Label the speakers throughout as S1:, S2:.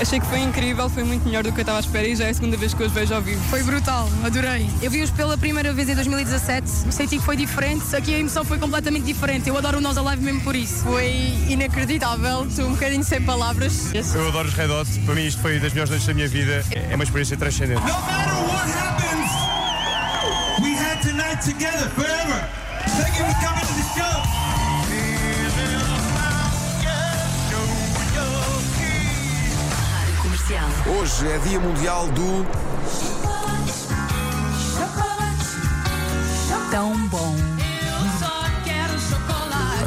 S1: Achei que foi incrível, foi muito melhor do que eu estava à espera e já é a segunda vez que os vejo ao vivo.
S2: Foi brutal, adorei. Eu vi-os pela primeira vez em 2017, senti que foi diferente, aqui a emoção foi completamente diferente. Eu adoro o Nós Alive mesmo por isso.
S1: Foi inacreditável, estou um bocadinho sem palavras.
S3: Eu adoro os Red Hot, para mim isto foi das melhores noites da minha vida. É uma experiência transcendente.
S4: No matter what happens, we had tonight together forever. Thank you for coming to the show.
S5: Hoje é Dia Mundial do.
S2: Tão bom.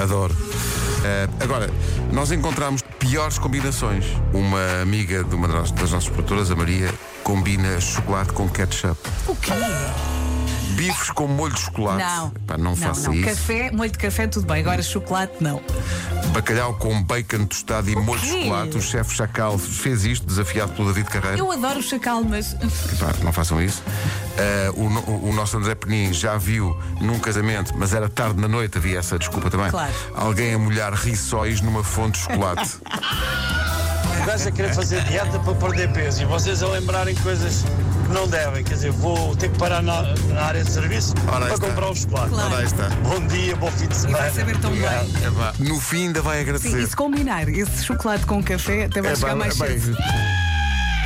S5: Adoro. Eh, agora, nós encontramos piores combinações. Uma amiga de uma das das nossas produtoras, a Maria, combina chocolate com ketchup. O quê? Bifes com molho de chocolate.
S6: Não.
S5: Epá, não, faça isso.
S6: Café, molho de café, tudo bem. Agora chocolate, não.
S5: Bacalhau com bacon tostado e molho de
S6: quê?
S5: chocolate. O chefe Chacal fez isto, desafiado pelo David Carreira.
S6: Eu adoro chacal, mas.
S5: Pá, não façam isso. Eh, o, no- o nosso André Penin já viu num casamento, mas era tarde na noite, havia essa desculpa também.
S6: Claro.
S5: Alguém a molhar rissóis numa fonte de chocolate.
S7: O gajo a querer fazer dieta para perder peso e vocês a lembrarem coisas que não devem. Quer dizer, vou ter que parar na, na área de serviço
S5: Ora, aí
S7: para
S5: está.
S7: comprar o chocolate.
S6: Claro.
S5: Ora, aí está.
S7: Bom dia, bom fim de semana.
S6: vai saber tão
S7: Obrigado.
S6: bem.
S5: No fim ainda vai
S6: Sim,
S5: agradecer.
S6: e se combinar esse chocolate com café, até vai
S5: É,
S6: chegar
S5: pá,
S6: mais
S5: é, bem,
S6: cedo.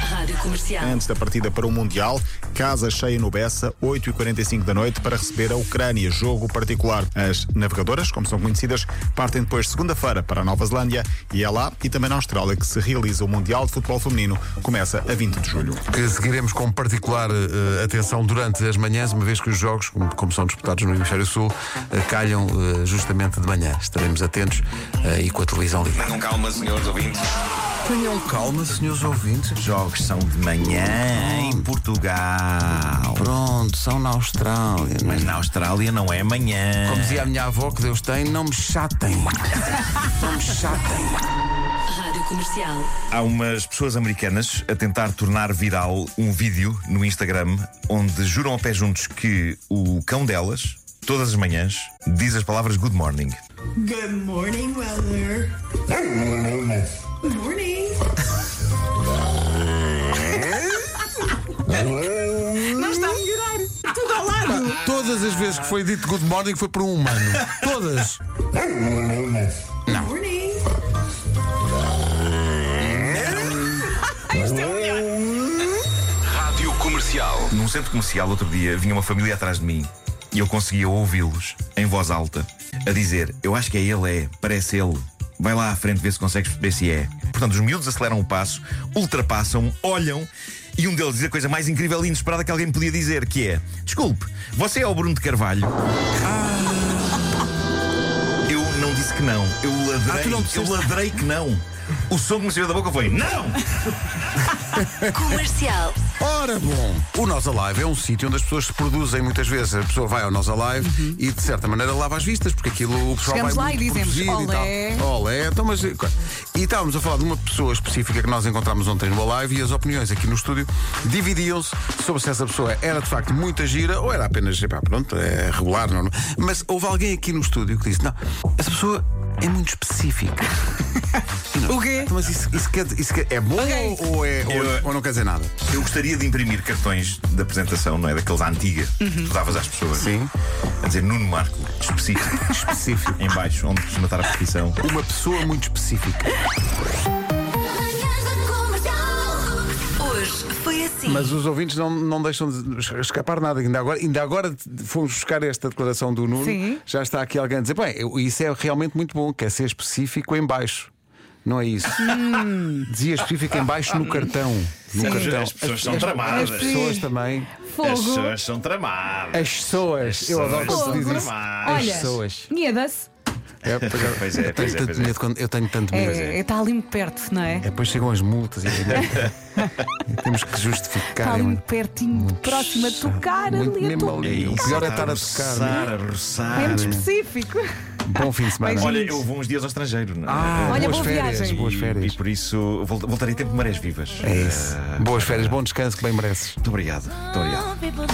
S8: Rádio Comercial.
S3: É.
S9: Antes da partida para o Mundial, casa cheia no Bessa, 8h45 da noite, para receber a Ucrânia, jogo particular. As navegadoras, como são conhecidas, partem depois segunda-feira para a Nova Zelândia e é lá e também na Austrália que se realiza o Mundial de Futebol Feminino. Começa a 20 de julho.
S5: que seguiremos com particular eh, atenção durante as manhãs, uma vez que os jogos, como, como são disputados no Hemisfério Sul, eh, calham eh, justamente de manhã. Estaremos atentos eh, e com a televisão ligada.
S10: Tenham calma, senhores ouvintes.
S5: Tenham calma, senhores ouvintes.
S8: Jogos são de manhã em Portugal.
S5: Pronto, são na Austrália. não é?
S8: Mas na Austrália não é manhã.
S5: Como dizia a minha avó, que Deus tem, não me chatem. Não me chatem.
S10: Rádio Comercial.
S11: Há umas pessoas americanas a tentar tornar viral um vídeo no Instagram onde juram a pé juntos que o cão delas, todas as manhãs, diz as palavras good morning.
S4: Good morning, weather. Good morning.
S5: Todas as vezes que foi dito good morning foi por um humano. Todas.
S4: Morning.
S10: Rádio Comercial.
S11: Num centro comercial, outro dia, vinha uma família atrás de mim e eu conseguia ouvi-los, em voz alta, a dizer: Eu acho que é ele, é, parece ele. Vai lá à frente ver se consegues perceber se é. Portanto, os miúdos aceleram o passo, ultrapassam, olham e um deles diz a coisa mais incrível e inesperada que alguém podia dizer, que é: Desculpe, você é o Bruno de Carvalho? Eu não disse que Ah, não. Eu ladrei. eu ladrei que não. O som que me saiu da boca foi: Não!
S10: Comercial.
S5: Ora bom, o Nós Alive é um sítio onde as pessoas se produzem muitas vezes. A pessoa vai ao Nós Alive e de certa maneira lava as vistas, porque aquilo o pessoal
S6: Chegamos lá
S5: vai
S6: e
S5: muito
S6: dizemos,
S5: produzir
S6: "Olé."
S5: e tal. Olé, então, mas, e estávamos a falar de uma pessoa específica que nós encontramos ontem no Alive e as opiniões aqui no estúdio dividiam-se sobre se essa pessoa era de facto muita gira ou era apenas, epá, pronto, é regular. Não, não. Mas houve alguém aqui no estúdio que disse: não, essa pessoa é muito específica.
S6: O quê?
S5: Então, Mas isso, isso quer- isso quer- é bom
S6: Ok.
S5: ou, ou é, ou-
S11: Eu-
S5: ou não quer dizer nada?
S11: Eu gostaria de imprimir cartões da apresentação, não é? Daqueles à antiga que tu davas às pessoas.
S5: Sim.
S11: A dizer Nuno Marco, específico. específico. Em baixo, onde desmatar a profissão.
S5: Uma pessoa muito específica.
S10: Hoje foi assim.
S5: Mas os ouvintes não, não deixam de escapar nada. Ainda agora, ainda agora fomos buscar esta declaração do Nuno.
S6: Sim.
S5: Já está aqui alguém a dizer: bem, eu- isso é realmente muito bom, quer ser específico em baixo. Não é isso. Dizia específico em baixo no cartão. No cartão.
S11: As pessoas são tramadas.
S5: As pessoas também.
S11: As
S6: Fogo.
S11: pessoas são tramadas.
S5: As pessoas. Eu adoro quando se diz isso.
S11: tramadas.
S5: As
S6: Olha,
S5: pessoas.
S6: Mieda-se.
S5: É, pois é,
S11: Pois é,
S5: eu
S11: pois
S5: tenho
S11: é,
S5: tanto
S11: pois é.
S5: medo quando- eu tenho tanto medo.
S6: É, está ali muito perto, não é?
S5: É, Depois chegam as multas e, e temos que
S6: Está
S5: justificar.
S6: ali
S5: é
S6: muito
S5: muito-
S6: pertinho, próximo a tocar
S5: muito
S6: ali. a
S5: mesmo
S6: to-
S5: ali. O pior é estar a tocar. não é?
S11: roçar, a roçar.
S6: É muito específico.
S5: Bom fim de semana.
S11: Olha, eu vou uns dias ao estrangeiro. não é?
S5: Ah,
S6: Olha,
S5: boas
S6: boa
S5: férias,
S6: viagem.
S5: boas
S11: E
S5: férias.
S11: por isso vol- voltarei tempo de marés vivas. Ah,
S5: É isso. Boas férias, bom descanso que bem mereces.
S11: Muito obrigado. Muito obrigado.